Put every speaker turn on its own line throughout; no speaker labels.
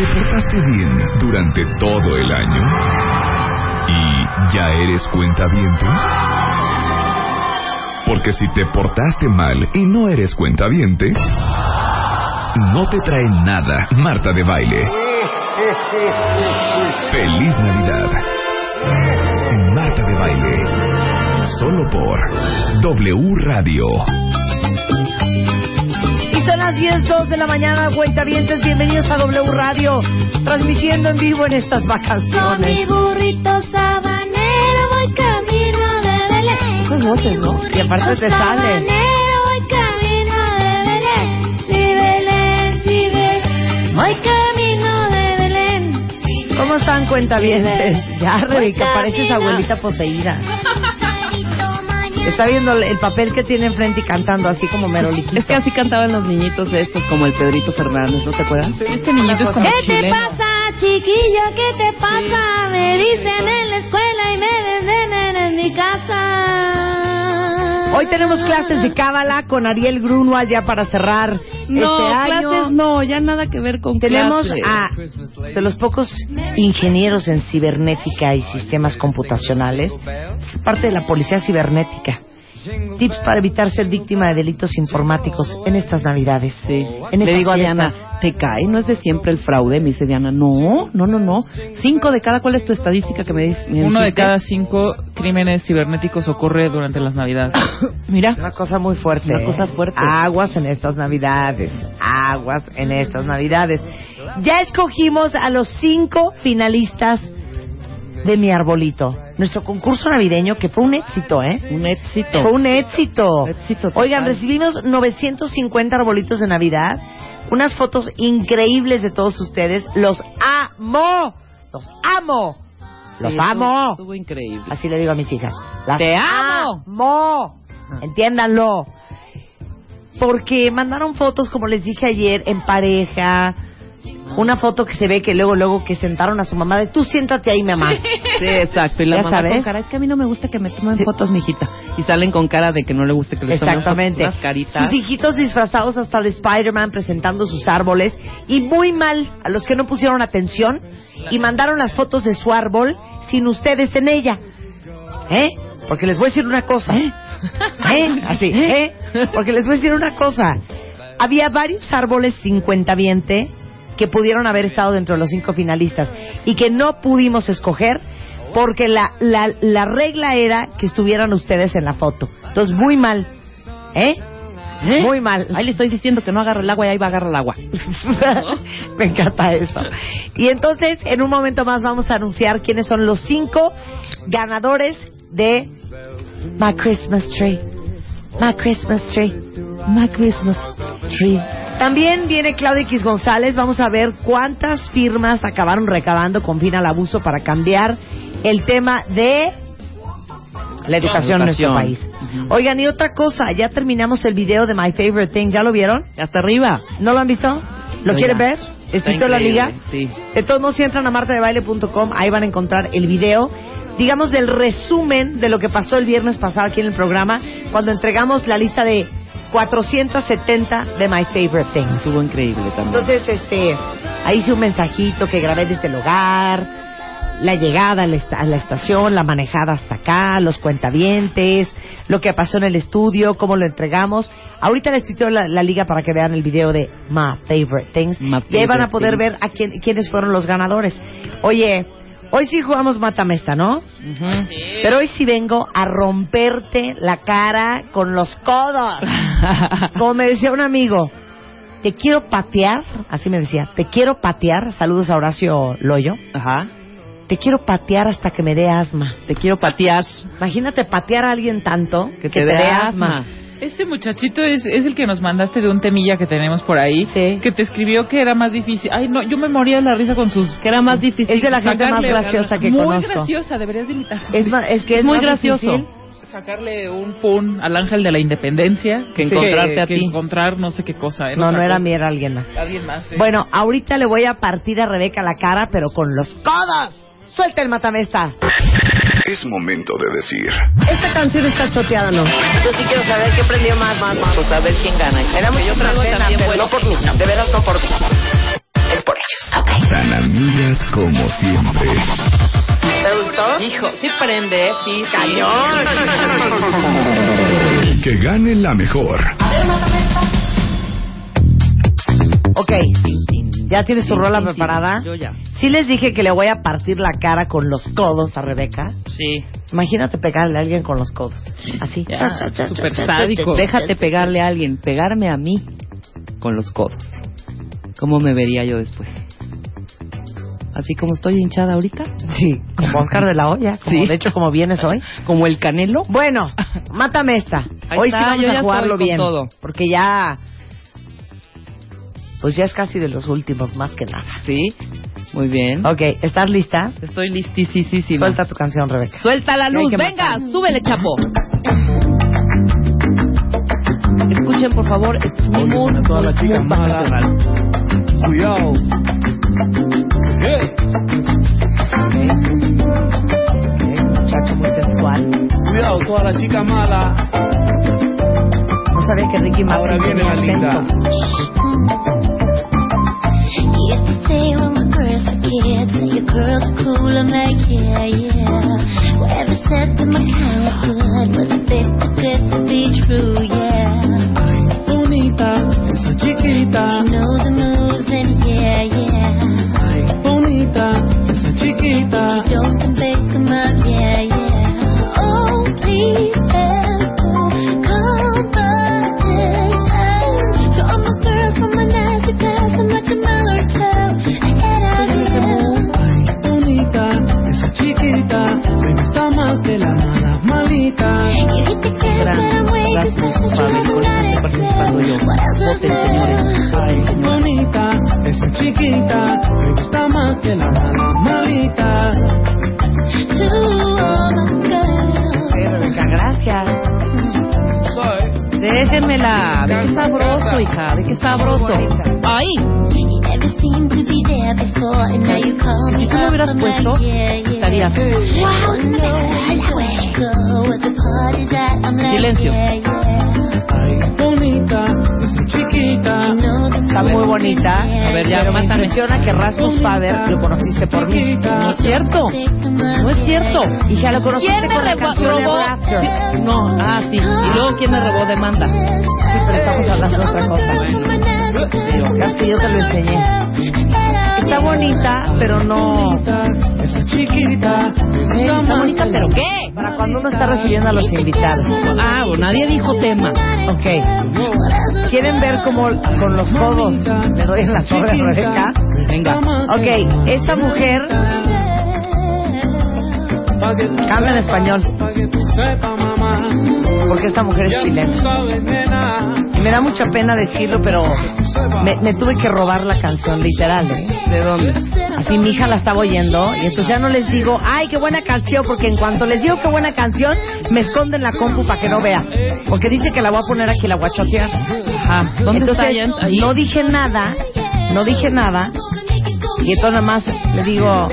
¿Te portaste bien durante todo el año? ¿Y ya eres cuentaviente? Porque si te portaste mal y no eres cuentaviente, no te trae nada Marta de Baile. Feliz Navidad. Marta de Baile. Solo por W Radio.
Y son las 10.02 de la mañana, cuentavientes, bienvenidos a W Radio, transmitiendo en vivo en estas
Con mi
vacaciones.
burrito sabanero voy camino de Belén.
Esas voces, ¿no? Y aparte te sale.
Sabanero voy camino de Belén. Sí, Belén, sí, Belén. Voy camino de Belén.
¿Cómo están, cuentavientes? Ya, Rebeca, pareces abuelita poseída. Está viendo el papel que tiene enfrente y cantando así como merolita.
Es que así cantaban los niñitos estos, como el Pedrito Fernández, ¿no te acuerdas? Este niñito es como
¿Eh?
¿Qué te
chileno.
pasa, chiquillo? ¿Qué te pasa? Me dicen en la escuela y me desdenen en mi casa.
Hoy tenemos clases de cábala con Ariel Grunwald ya para cerrar
No,
este año.
clases no, ya nada que ver con
Tenemos
clases.
a de los pocos ingenieros en cibernética y sistemas computacionales, parte de la policía cibernética. Tips para evitar ser víctima de delitos informáticos en estas navidades.
Sí.
En
Le
estas
digo a
fiestas.
Diana, ¿te cae? ¿No es de siempre el fraude? Me dice Diana, no, no, no, no. Cinco de cada, ¿cuál es tu estadística que me dices?
Uno de cada cinco crímenes cibernéticos ocurre durante las Navidades.
Mira,
Una cosa muy fuerte.
Una
¿eh?
cosa fuerte.
Aguas en estas navidades. Aguas en estas navidades. Ya escogimos a los cinco finalistas de mi arbolito. Nuestro concurso navideño que fue un éxito, ¿eh?
un éxito.
Fue un éxito.
Éxito total.
Oigan, recibimos 950 arbolitos de Navidad, unas fotos increíbles de todos ustedes. Los amo, los amo,
Sí,
los
estuvo-
amo.
Estuvo increíble.
Así le digo a mis hijas. Las
¡Te amo! Ah.
amo. Entiéndanlo. Porque mandaron fotos, como les dije ayer, en pareja. Una foto que se ve que luego, luego que sentaron a su mamá de tú siéntate ahí, mamá.
Sí, exacto. Y la
Ya
mamá
sabes.
con cara, es que a mí no me gusta que me tomen fotos, mijita. Y salen con cara de que no le guste que les tomen fotos,
Exactamente.
unas caritas.
Sus hijitos disfrazados hasta de Spider-Man presentando sus árboles. Y muy mal a los que no pusieron atención y mandaron las fotos de su árbol sin ustedes en ella. ¿Eh? Porque les voy a decir una cosa. ¿Eh? Así, ¿eh? Porque les voy a decir una cosa. Había varios árboles 50 que pudieron haber estado dentro de los cinco finalistas y que no pudimos escoger porque la, la, la regla era que estuvieran ustedes en la foto. Entonces, muy mal. ¿Eh?
¿Eh?
Muy mal.
Ahí le estoy diciendo que no agarre el agua y ahí va a agarrar el agua.
Me encanta eso. Y entonces, en un momento más vamos a anunciar quiénes son los cinco ganadores de My Christmas Tree. My Christmas Tree. My Christmas Tree. También viene Claudia X González. Vamos a ver cuántas firmas acabaron recabando con fin al abuso para cambiar el tema de la educación en nuestro
Educación.
país.
Ujú.
Oigan, y otra cosa, ya terminamos el video de My Favorite Thing. ¿Ya lo vieron?
Hasta arriba.
¿No lo han visto? ¿Lo
No,
quieren
ya.
ver?
Está
¿Escrito en la
increíble,
liga?
Sí.
De todos modos, si entran a martadebaile.com, ahí van a encontrar el video, digamos, del resumen de lo que pasó el viernes pasado aquí en el programa, cuando entregamos la lista de 470 de My Favorite Things.
Estuvo increíble también.
Entonces, este, ahí hice un mensajito que grabé desde el hogar, la llegada a la, esta- a la estación, la manejada hasta acá, los cuentavientes, lo que pasó en el estudio, cómo lo entregamos. Ahorita les tuiteo la, la liga para que vean el video de My Favorite Things.
My
y ahí van a
Favorite
poder
Things.
ver a quién, quiénes fueron los ganadores. Oye, hoy sí jugamos Matamesta, ¿no?
Ujú.
Pero hoy sí vengo a romperte la cara con los codos. Como me decía un amigo, te quiero patear, así me decía, te quiero patear, saludos a Horacio Loyo,
Ajá.
te quiero patear hasta que me dé asma.
Te quiero patear.
Imagínate patear a alguien tanto
Que te dé asma.
Ese muchachito es, es el que nos mandaste de un temilla que tenemos por ahí,
Sí.
que te escribió que era más difícil. Ay, no, yo me moría de la risa con sus...
Que era más difícil.
Es de la gente más
sacarle-
graciosa que
Muy
conozco.
graciosa, deberías de imitar.
Es, ma- es que es
muy
más
gracioso.
difícil.
Sacarle un pun al ángel de la independencia.
Que encontrarte
que-
a
que
ti.
encontrar no sé qué cosa.
No, no
otra
era
cosa.
mí, era alguien más.
Alguien más. eh. sí.
Bueno, ahorita le voy a partir a Rebeca la cara, pero con los codos. Suelta el matamesta.
Es momento de decir.
Esta canción está choteada, ¿no? Yo sí quiero saber qué prendió más, más, más. Pues a ver quién gana. Era muy no por mí. De veras no por mí. Es por ellos.
Tan amigas como siempre.
¿Te gustó?
Hijo, sí prende, sí,
Que gane la mejor.
Ok. ¿Ya tienes tu rola preparada?
Yo ya.
Sí les dije que le voy a partir la cara con los codos a Rebeca.
Sí.
Imagínate pegarle a alguien con los codos. Así.
Ya,
Cha, cha, cha,
súper
cha, cha, cha,
sádico.
cha,
Déjate pegarle a alguien, pegarme a mí con los codos. ¿Cómo me vería yo después? Así como estoy hinchada ahorita,
Sí, como Oscar de la olla. como-
Sí.
De hecho, como vienes hoy.
como el canelo.
Bueno, mátame esta.
Ahí
Hoy sí
está,
vamos
yo
a
ya
jugarlo
estoy con
bien.
todo.
Porque ya. Pues ya es casi de los últimos, más que nada.
Sí, muy bien.
Ok, ¿estás lista?
Estoy listísima.
Suelta tu canción, Rebeca.
Suelta la
Hay
luz,
que
venga,
matar.
súbele, chapo. Escuchen, por favor, este es mi mood, mood, mood vacacional.
Cuidado.
Chaco muy sensual.
Cuidado, toda la chica mala.
No sabía que Ricky Martin
Ahora viene
tenía
la linda.
acento.
He used to say when my girls were kids, your girls are cool. I'm like, yeah, yeah. Whatever said to my kind was good, was a bit too good to be true, yeah.
Bonita, esa chiquita.
She knows the moves and yeah, yeah.
Ay, bonita, esa chiquita.
Don't can pick 'em up, yeah, yeah. Oh, please help, oh, competition. To all my girls from my night to class, I'm like a Miller Tell. Ahead of you.
Ay, bonita, esa chiquita. Me gusta más de la mala, malita. Ay, bonita, esa chiquita. Me gusta más de la mala, malita.
Sí, Rebeca, gracias.
Déjenmela, ve qué sabroso, hija, ve qué sabroso. Ahí,
Si tú lo hubieras puesto, estarías. Silencio.
Ay, bonita, esa chiquita.
Está muy bonita. A ver, ya,
Pero me
mátame.
impresiona que Rasmus Fader lo conociste por mí.
No es
cierto.
No
no es cierto.
Hija, lo conociste
¿Quién me
con la
rebo-
canción
robó?
Ever After.
No, ah, sí. Y luego, ¿quién me robó demanda?
Sí,
pero estamos hablando de otra cosa.
Pero
Pero, es que yo te lo enseñé. Está bonita, pero no.
bonita, esa chiquita.
Está bonita, pero ¿qué?
¿Qué?
Para cuando uno está recibiendo a los invitados.
Ah, bueno, nadie dijo tema.
Ok. ¿Quieren ver cómo con los codos le doy en la torre a Rebeca? Pues
Venga.
Ok, esta mujer canta en español, porque esta mujer es chilena. Y me da mucha pena decirlo, pero me, me tuve que robar la canción, literal, ¿eh?
¿De dónde?
Así mi hija la estaba oyendo y entonces ya no les digo, ay, qué buena canción, porque en cuanto les digo qué buena canción, me esconden la compu para que no vea. Porque dice que la voy a poner aquí, la voy a chotear.
Ajá. Ah, ¿Dónde
entonces,
está ella? Ahí.
no dije nada, no dije nada, y entonces nada más le digo,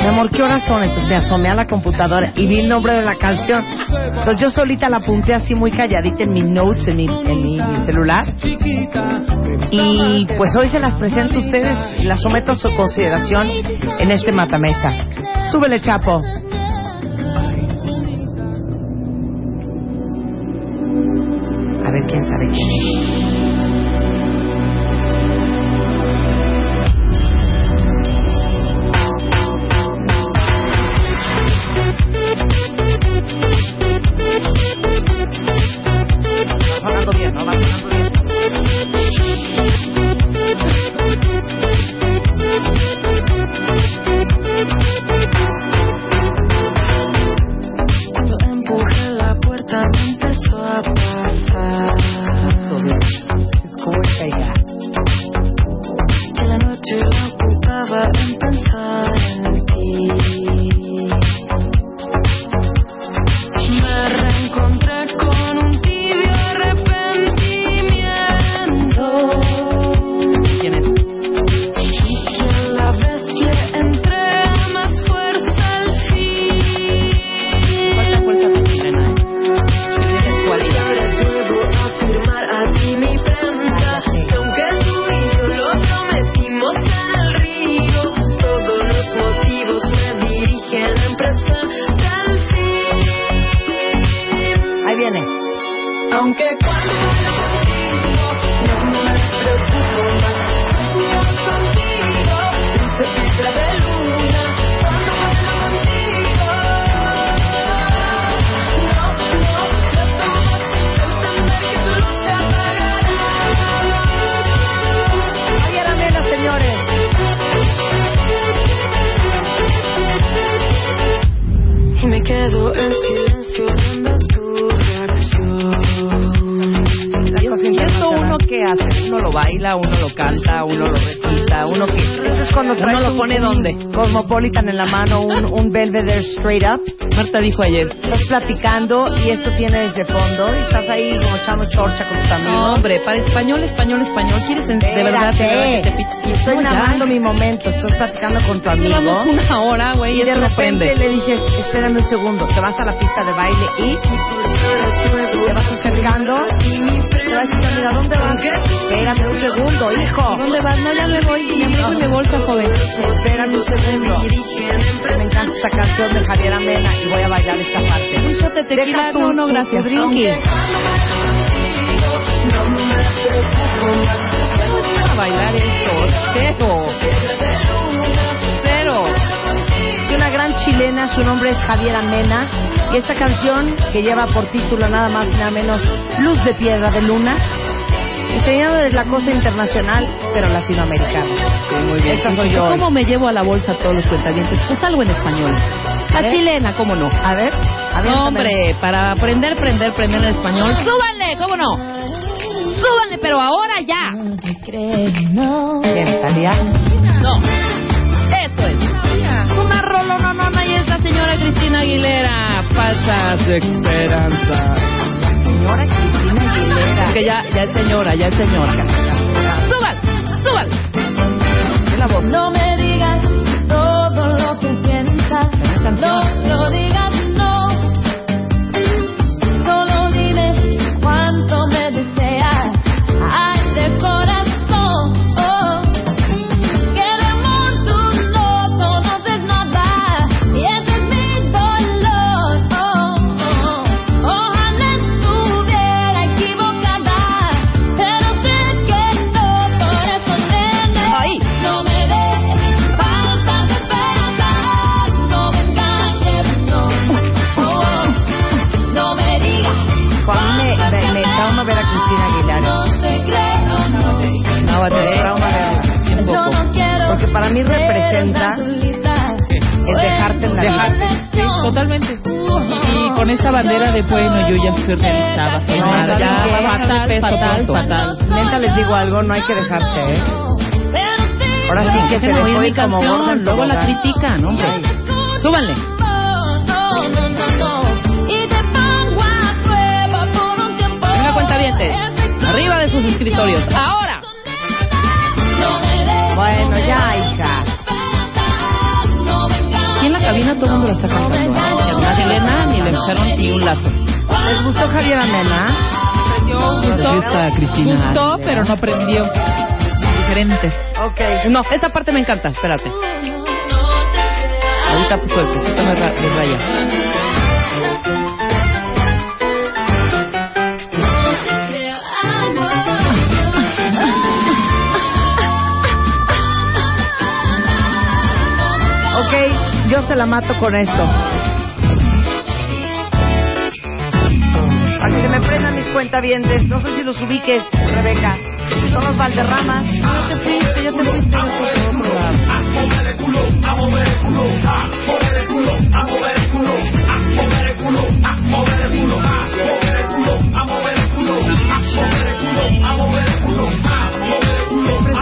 mi amor, ¿qué horas son? Entonces me asomé a la computadora y vi el nombre de la canción. Entonces yo solita la apunté así muy calladita en mis notes, en mi, en mi celular. Y pues hoy se las presento a ustedes, las someto a su consideración en este matameta. Súbele, Chapo. A ver quién sabe quién es.
Cuando empujé la puerta me empezó a
yo ocupaba en pensar en ti. Me reencontré con un tibio arrepentimiento.
¿Quién es?
Y que la bestia entrega más fuerza al fin.
¿Cuánta fuerza te nena? Yo dije, ¿cuál
Y
ella?
ahora vuelvo a firmar a ti mi prenda. Que aunque tú y yo lo prometimos en el río, todos los motivos me dirigen en presente al fin.
Ahí viene.
Aunque cuando lo digo, no me preocupo más. Sueño contigo, dulce cifra de luna. Cuando vuelo contigo, no, no, trato más de entender que tu luz se apagará.
Ahí era menos, señores.
Y me quedo en silencio viendo tu reacción.
Y esto uno que hace, uno lo baila, uno lo canta, uno lo recita, uno que...
Entonces cuando
uno lo pone donde.
Cosmopolitan en la mano, un, un Belvedere straight up.
Marta dijo ayer,
Estás platicando y esto tiene desde fondo. y Estás ahí como echando chorcha con tus
no,
amigos.
hombre, para español, español, español, ¿quieres en- de verdad, de verdad que te
Espérate. Estoy
No, ya.
grabando mi momento. Estoy platicando con tu
Llevamos
amigo.
una hora, güey,
Y
y
de
esto no
repente
prende.
le dices, espérame un segundo. Te vas a la pista de baile y... Te vas acercando. Te vas diciendo, amiga, ¿dónde vas? Espérame un segundo, hijo.
¿Dónde vas? No, ya me voy, ya me voy mi bolsa, joven.
Espérame un segundo. Me encanta esta canción de Javier Amena y voy a bailar esta parte.
Un shot de tequila,
Deja tu-
no, no, gracias.
tu drinking.
a bailar esto, cero. Cero.
Es una gran chilena, su nombre es Javier Amena. Y esta canción, que lleva por título nada más y nada menos Luz de Piedra de Luna, enseñado desde la cosa internacional, pero latinoamericana.
muy bien.
Esta soy yo.
¿Cómo me llevo a la bolsa todos los cuentavientes? Pues algo en español.
A
La
ver.
chilena, ¿cómo no?
A ver, a ver.
No, hombre, para aprender, aprender, aprender en español. ¡Súbanle! ¿Cómo no? ¡Súbanle, pero ahora ya!
Bien, Talía.
No. Eso es. Una rolo no, no, no, y es la señora Cristina Aguilera. Pasas esperanza.
Señora Cristina Aguilera.
Es que ya, ya es señora, ya es señora. ¡Súbanle! ¡Súbanle!
Es la voz.
No me digas todo lo que piensas. No lo digas, no. Solo dime cuánto me deseas. Ay, de corazón. oh. Que de amor tú no conoces nada. Y ese es mi dolor. Oh, oh. Ojalá estuviera equivocada. Pero sé que no, corazón nene.
Ahí.
No me des falsas esperanzas, no me engañes, no, no, no me digas.
Juan, me, me, me trauma ver a Cristina Aguilera.
No te creo, no te creo.
No, va a
Me
tener
trauma verla.
un
Yo
poco.
no quiero.
Porque para mí representa
el
dejarte en la
Dejarte, sí, totalmente. Y, y con esa bandera de bueno, yo ya estoy realizada, soy
No,
madre,
¿saben
ya
qué?
baja de peso,
Fatal,
punto.
fatal.
Neta, les digo algo, no hay que dejarte, ¿eh? Ahora sí que se
Dejen
me
oír
fue
mi
como
canción,
gorda en
luego la
tobogán.
critican, hombre.
Ay.
Súbanle.
No, no, no, no. Y te pongo a prueba por un tiempo.
Venga, cuentavientes. eh, Arriba de sus escritorios. Ahora.
Bueno, ya, hija.
Aquí en la cabina todo el mundo la está cantando. ¿eh? Ni la chilena, ni la echaron ni un lazo.
¿Les gustó Javier Amena?
Nos gusta Cristina.
Gustó, pero no prendió. Diferente.
Ok.
No, esta parte me encanta, espérate. Ahorita puso el pesito me ra- me raya.
Ok, yo se la mato con esto. Para que se me prendan mis cuentavientes. No sé si los ubiques, Rebeca. Son los Valderramas. No te fuiste, yo te fuiste. Presento,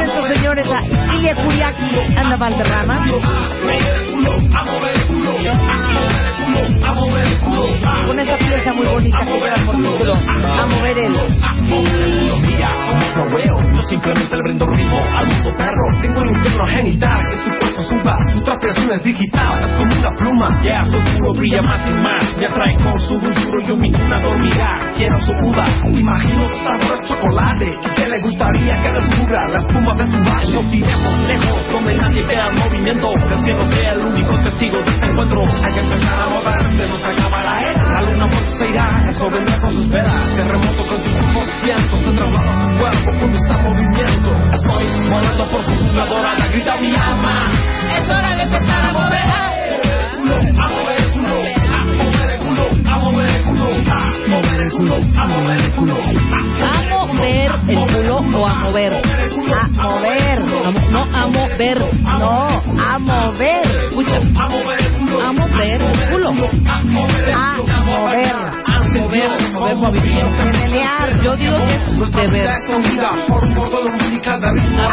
señores, Señores, a Ilya Kuriaki, Ana Valderrama. Con esa pieza muy bonita que lleva por título A mover el...
Ah, simplemente le brindo ritmo al uso perro. Tengo el interno genital, que su cuerpo suba, su trapeación es digital, es como una pluma. Ya, su duro brilla más y más, me atrae con su dulzura, yo mi luna dormirá. Quiero su duda, imagino su sabor a chocolate, y que le gustaría que descubra la espuma de su vaso. Nos iremos lejos, donde nadie vea el movimiento, que el cielo sea el único testigo de este encuentro. Hay que empezar a moverse, nos acaba la era, la luna pronto se irá, eso vendrá con sus velas. Se remoto con su cuerpo, siento, se trabaja su cuerpo, cuando está movimiento. Estoy volando por computadora, la grita mi alma. Es hora de empezar a mover. A mover el culo, a mover el culo, a mover el culo, a mover el culo, a mover el culo,
¿A mover el culo o a mover?
A mover.
A mo- no, a mover.
No, a mover.
Escucha. A mover el culo.
A mover.
A mover, a mover movimiento.
Menear.
Ah, Yo digo que es de ver.
A mover.
A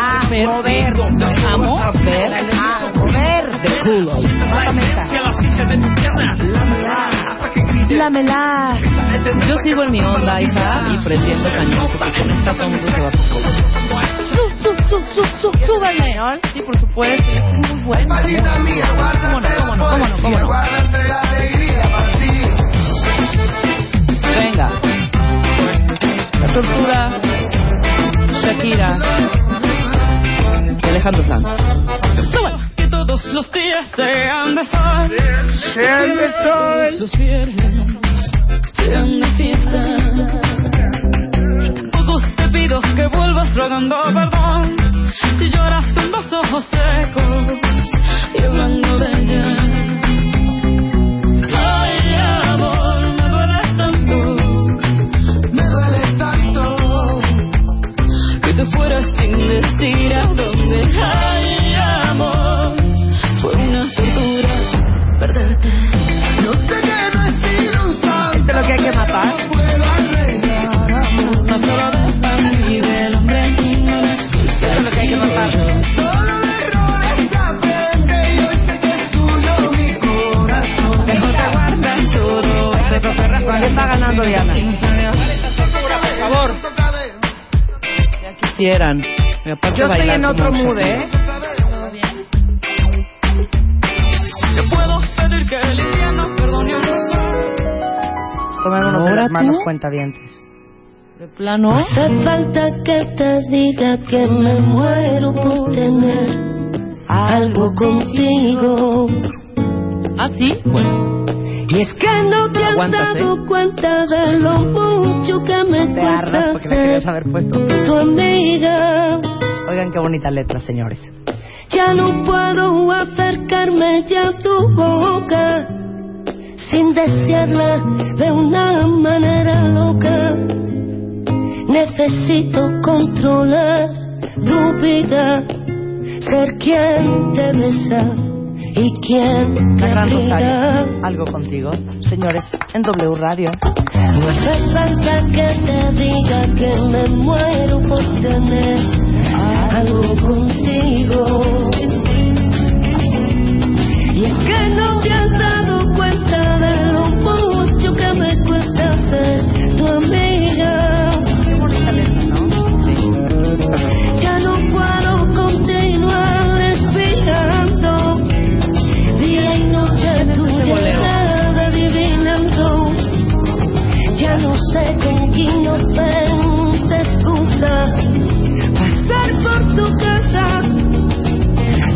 mover
A mover.
el culo.
Lámela.
Yo sigo en mi onda, hija, y prefiero cañón. porque con esta todo el mundo se va a
Su, su, su, su, su, súbele.
Sí, por supuesto. Es muy bueno. ¿Cómo no? ¿Cómo no? ¿Cómo no? ¿Cómo no? Venga. La tortura. Shakira. y Alejandro Sanz.
Que todos los días sean de sol.
Sean de sol.
Los viernes sean de fiesta. Pocos te pido que vuelvas rogando perdón. Si lloras con los ojos secos y hablando de ella. Ay, amor, me duele tanto, me duele tanto que te fueras sin decir a dónde. Ay, amor, fue una tortura perderte. No sé que no he sido un santo.
Esto es lo que hay que matar.
Puedo arreglar más solo de pan y del hombre no de sus
es lo que hay que matar.
Solo de errores aprende y hoy sé que es tuyo mi corazón. Mejor te guardas todo eso que aferras
¿Cuál está ganando Diana?
Por favor.
Ya quisieran. Y aparte
Yo estoy
bailar
en
como
otro mood,
Shakira.
¿eh?
Yo puedo pedir que el infierno perdone un rostro.
Comémonos de
¿Ahora
las manos
tú?
cuentavientes.
De plano.
Hace falta que te diga que me muero por tener algo contigo.
Ah, sí. Bueno.
Y es que no te has
Aguántate.
dado cuenta de lo mucho que me
Te arras
cuesta
porque la querías
ser
haber puesto.
tu amiga.
Oigan qué bonita letra, señores.
Ya no puedo acercarme ya a tu boca sin desearla de una manera loca. Necesito controlar tu vida, ser quien te besa y quien
La
te
gran
brinda.
Rosario. Algo contigo. Señores, en W Radio.
No hace falta que te diga que me muero por tener algo contigo. Y es que no te has dado cuenta de lo mucho que me cuesta ser tu amiga. Ya no puedo continuar respirando. Día y noche tu llegada adivinando. Ya no sé con quién no tanta excusa. Pasar por tu casa.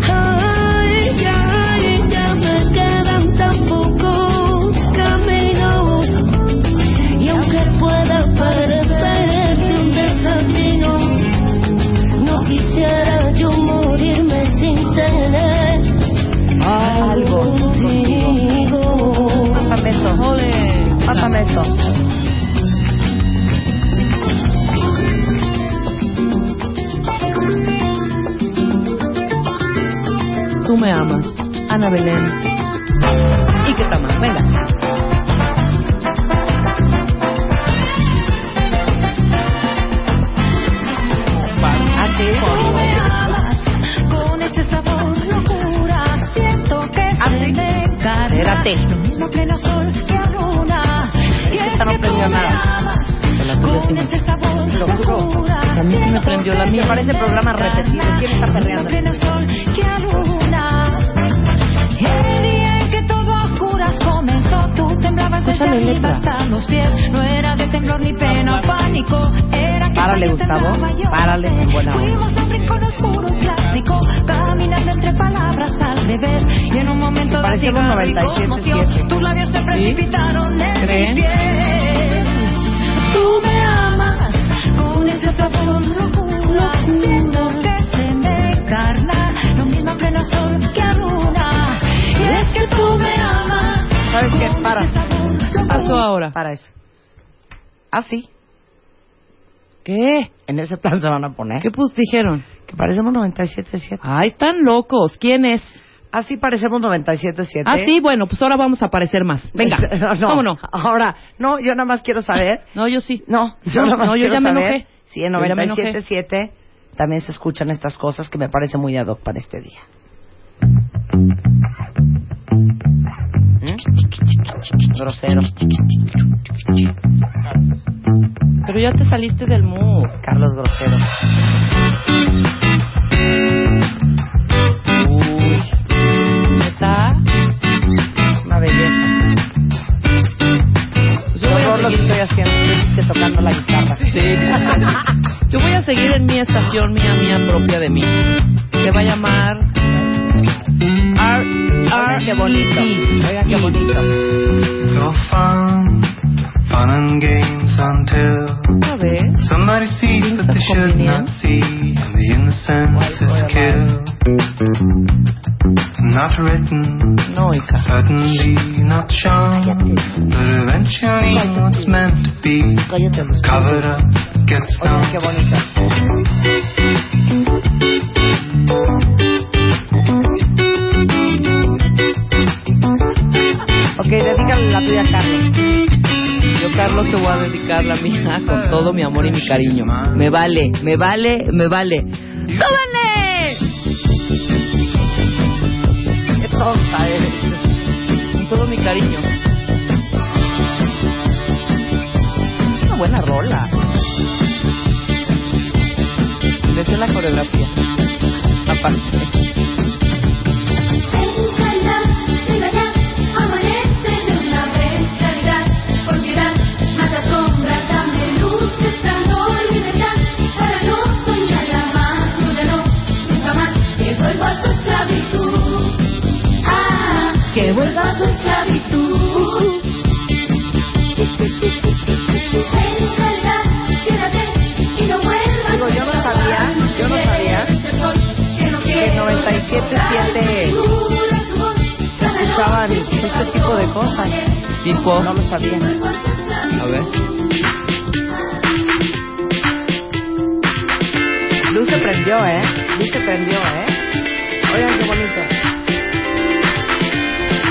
Ay, ay, ya me quedan tan pocos caminos. Y aunque pueda parecerte un desatino, no quisiera yo morirme sin tener algo contigo.
Pásame eso. Pásame eso.
Tú me amas. Ana Belén. ¿Y qué tal más? Venga.
¿A ti?
Tú me amas,
Cante.
Lo mismo que la sol, que la luna. Y es
Esta no
que tú
prendió
me
nada.
amas
Con la tuya sí
Con
me...
ese sabor,
Lo juro.
pura.
A mí sí me prendió la mía.
Parece programa repetido. ¿Quién está perreando?
pleno sol que alumna. El día en que todo a oscuras comenzó, tú temblabas desde
Escucha la
arriba
letra.
hasta los pies. No era de temblor ni pena o pánico, era que
Párale,
también
Gustavo,
temblaba yo.
párale, en buena onda.
Fuimos a un rincón oscuro y clásico, caminando entre palabras al revés. Y en un momento de
Parecemos
cigarro y
97.7.
conmoción, tus labios se precipitaron en
¿Creen?
mis pies. Tú me amas con ese sabor locura, siento que se me encarna, lo mismo a pleno sol que a luna. Y es que tú me amas.
¿Sabes qué?
con
Para.
ese sabor locura.
Pasó ahora.
Para eso. Ah, sí.
¿Qué?
En ese plan se van a poner.
¿Qué pues dijeron?
Que parecemos 97.7.
Ay, están locos. ¿Quién es?
Así Ah, parecemos 97.7.
Ah, sí, bueno, pues ahora vamos a aparecer más. Venga,
No, no.
¿cómo no?
Ahora, no, yo nada más quiero saber.
No, yo sí.
No, yo
no,
nada más
no, yo
quiero
ya me
saber
enojé.
Si en
Yo ya me enojé.
97.7 también se escuchan estas cosas que me parece muy ad hoc para este día. ¿Mm? Grosero.
Pero ya te saliste del mood.
Carlos Grosero.
Uy. ¿Está?
Una belleza.
Pues yo voy
Yo lo
a
que
seguir.
estoy haciendo es que tocando la guitarra.
Sí. Yo voy a seguir en mi estación mía, mía propia de mí. Se va a llamar R
Oigan,
R
qué bonito. Oigan, qué bonito.
It's all fun, fun and games until
A ver.
somebody sees
Things
what they
of
should not
convenience.
see, and the innocence is killed. Not written,
No, hija.
certainly not shown, but eventually what's meant to be
Cállate, Luz.
covered up gets
Oigan, qué
done.
bonito. Ok, dedícale la tuya a Carlos.
Yo, Carlos, te voy a dedicar la mía con todo mi amor y mi cariño. Me vale, me vale, me vale. ¡Súbanle!
Qué tonta eres.
Con todo mi cariño.
Es una buena rola.
Desde la coreografía. Aparte.
Venga ya, venga ya, amanece de una vez claridad, oscuridad, mata sombras, dame luz, esplendor, libertad, para no soñarla más, nunca no, nunca más, que vuelva a su esclavitud, ah, que vuelva a su esclavitud. Venga ya, quédate y no vuelvas
Digo, yo no sabía, yo no sabía
este
que 97.7 escuchaban este tipo de cosas.
Tipo.
No lo sabía.
A ver.
Luz se prendió, ¿eh? Luz se prendió, ¿eh? Oigan, qué bonito.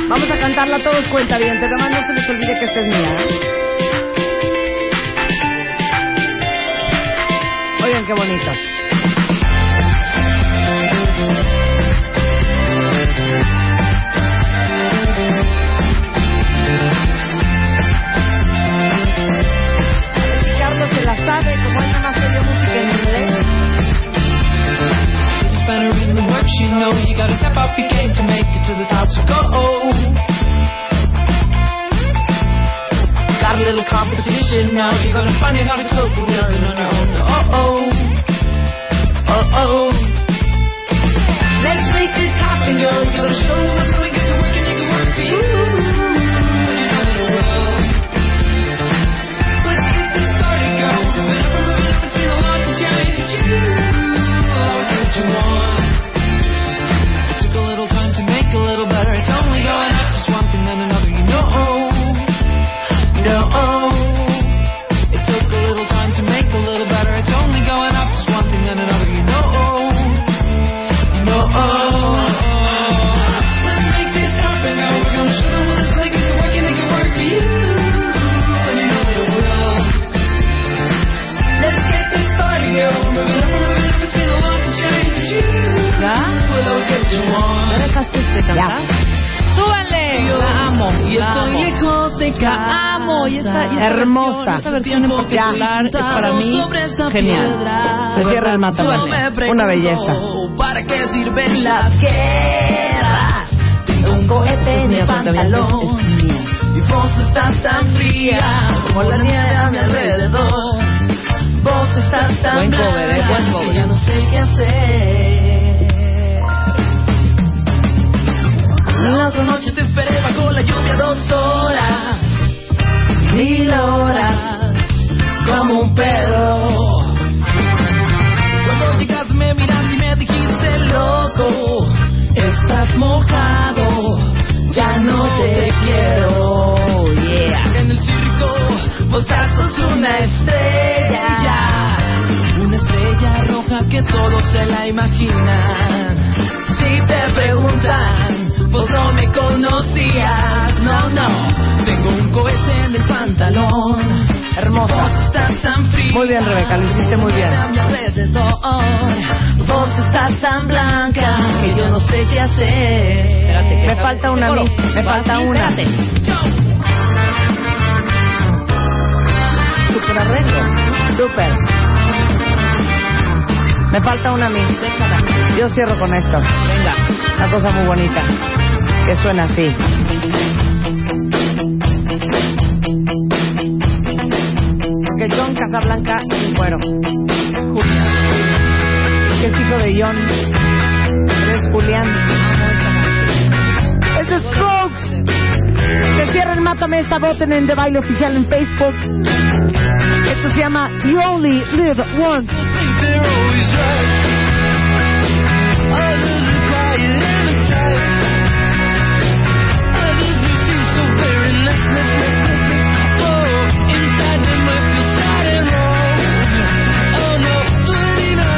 Vamos a cantarla todos cuenta bien. Nada más no se les olvide que esta es mía. ¿eh? Oigan, qué bonito. Carlos se la sabe, como él nada más oyó música en inglés.
It's been a reading the works you know. You gotta step up your game to make it to the top. So go. Got a little competition now. You're gonna find it hard to cope with living on your own. Oh oh. Oh oh. Let's make this happen, yo. You're gonna show us how we get to work and you can work for you. Put it on the world. Let's get this started, girl. Whatever we're in, it's been a lot to challenge you. Always what you want. It took a little time to make a little better. It's only going up just one thing then another. You know, no. It took a little time to make a little better. It's only going up just one thing then another. You know.
No, y esta, y esta
Hermosa.
versión- esta versión en particular es para mí genial.
Se cierra el matamala. Una belleza.
¿Para qué sirven las guerras? Tengo un cohete en el pantalón. Mi voz está tan fría como la nieve a mi alrededor. Vos estás tan
Buen cover, eh, buen
blanca
cover.
que ya no sé qué hacer. La otra noche te esperé bajo la lluvia dos horas, mil horas, como un perro. Cuando llegaste me miraste y me dijiste loco, estás mojado, ya no te quiero. Yeah. En el circo vos ya sos una estrella, una estrella roja que todos se la imaginan. Si te preguntan, vos no me conocías, no, no. Tengo un cohete en el pantalón. Hermosa. Vos estás tan fría.
Muy bien, Rebeca, lo hiciste muy bien.
A mi alrededor. Vos estás tan blanca que yo no sé qué hacer.
Me falta una a mí. Me falta una. Super arreglo. Super. Me falta una a mí. Yo cierro con esto. Venga. Una cosa muy bonita. Que suena así. Que John Casablanca es un cuero. Es Julián. Que es hijo de John. Es Julián. Es The Strokes. Que cierren Mátame esta voten en The Baile Oficial en Facebook. Esto se llama You Only Live Once.
Oh, Oh, Oh,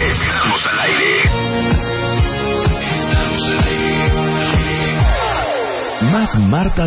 Estamos al aire. Más Marta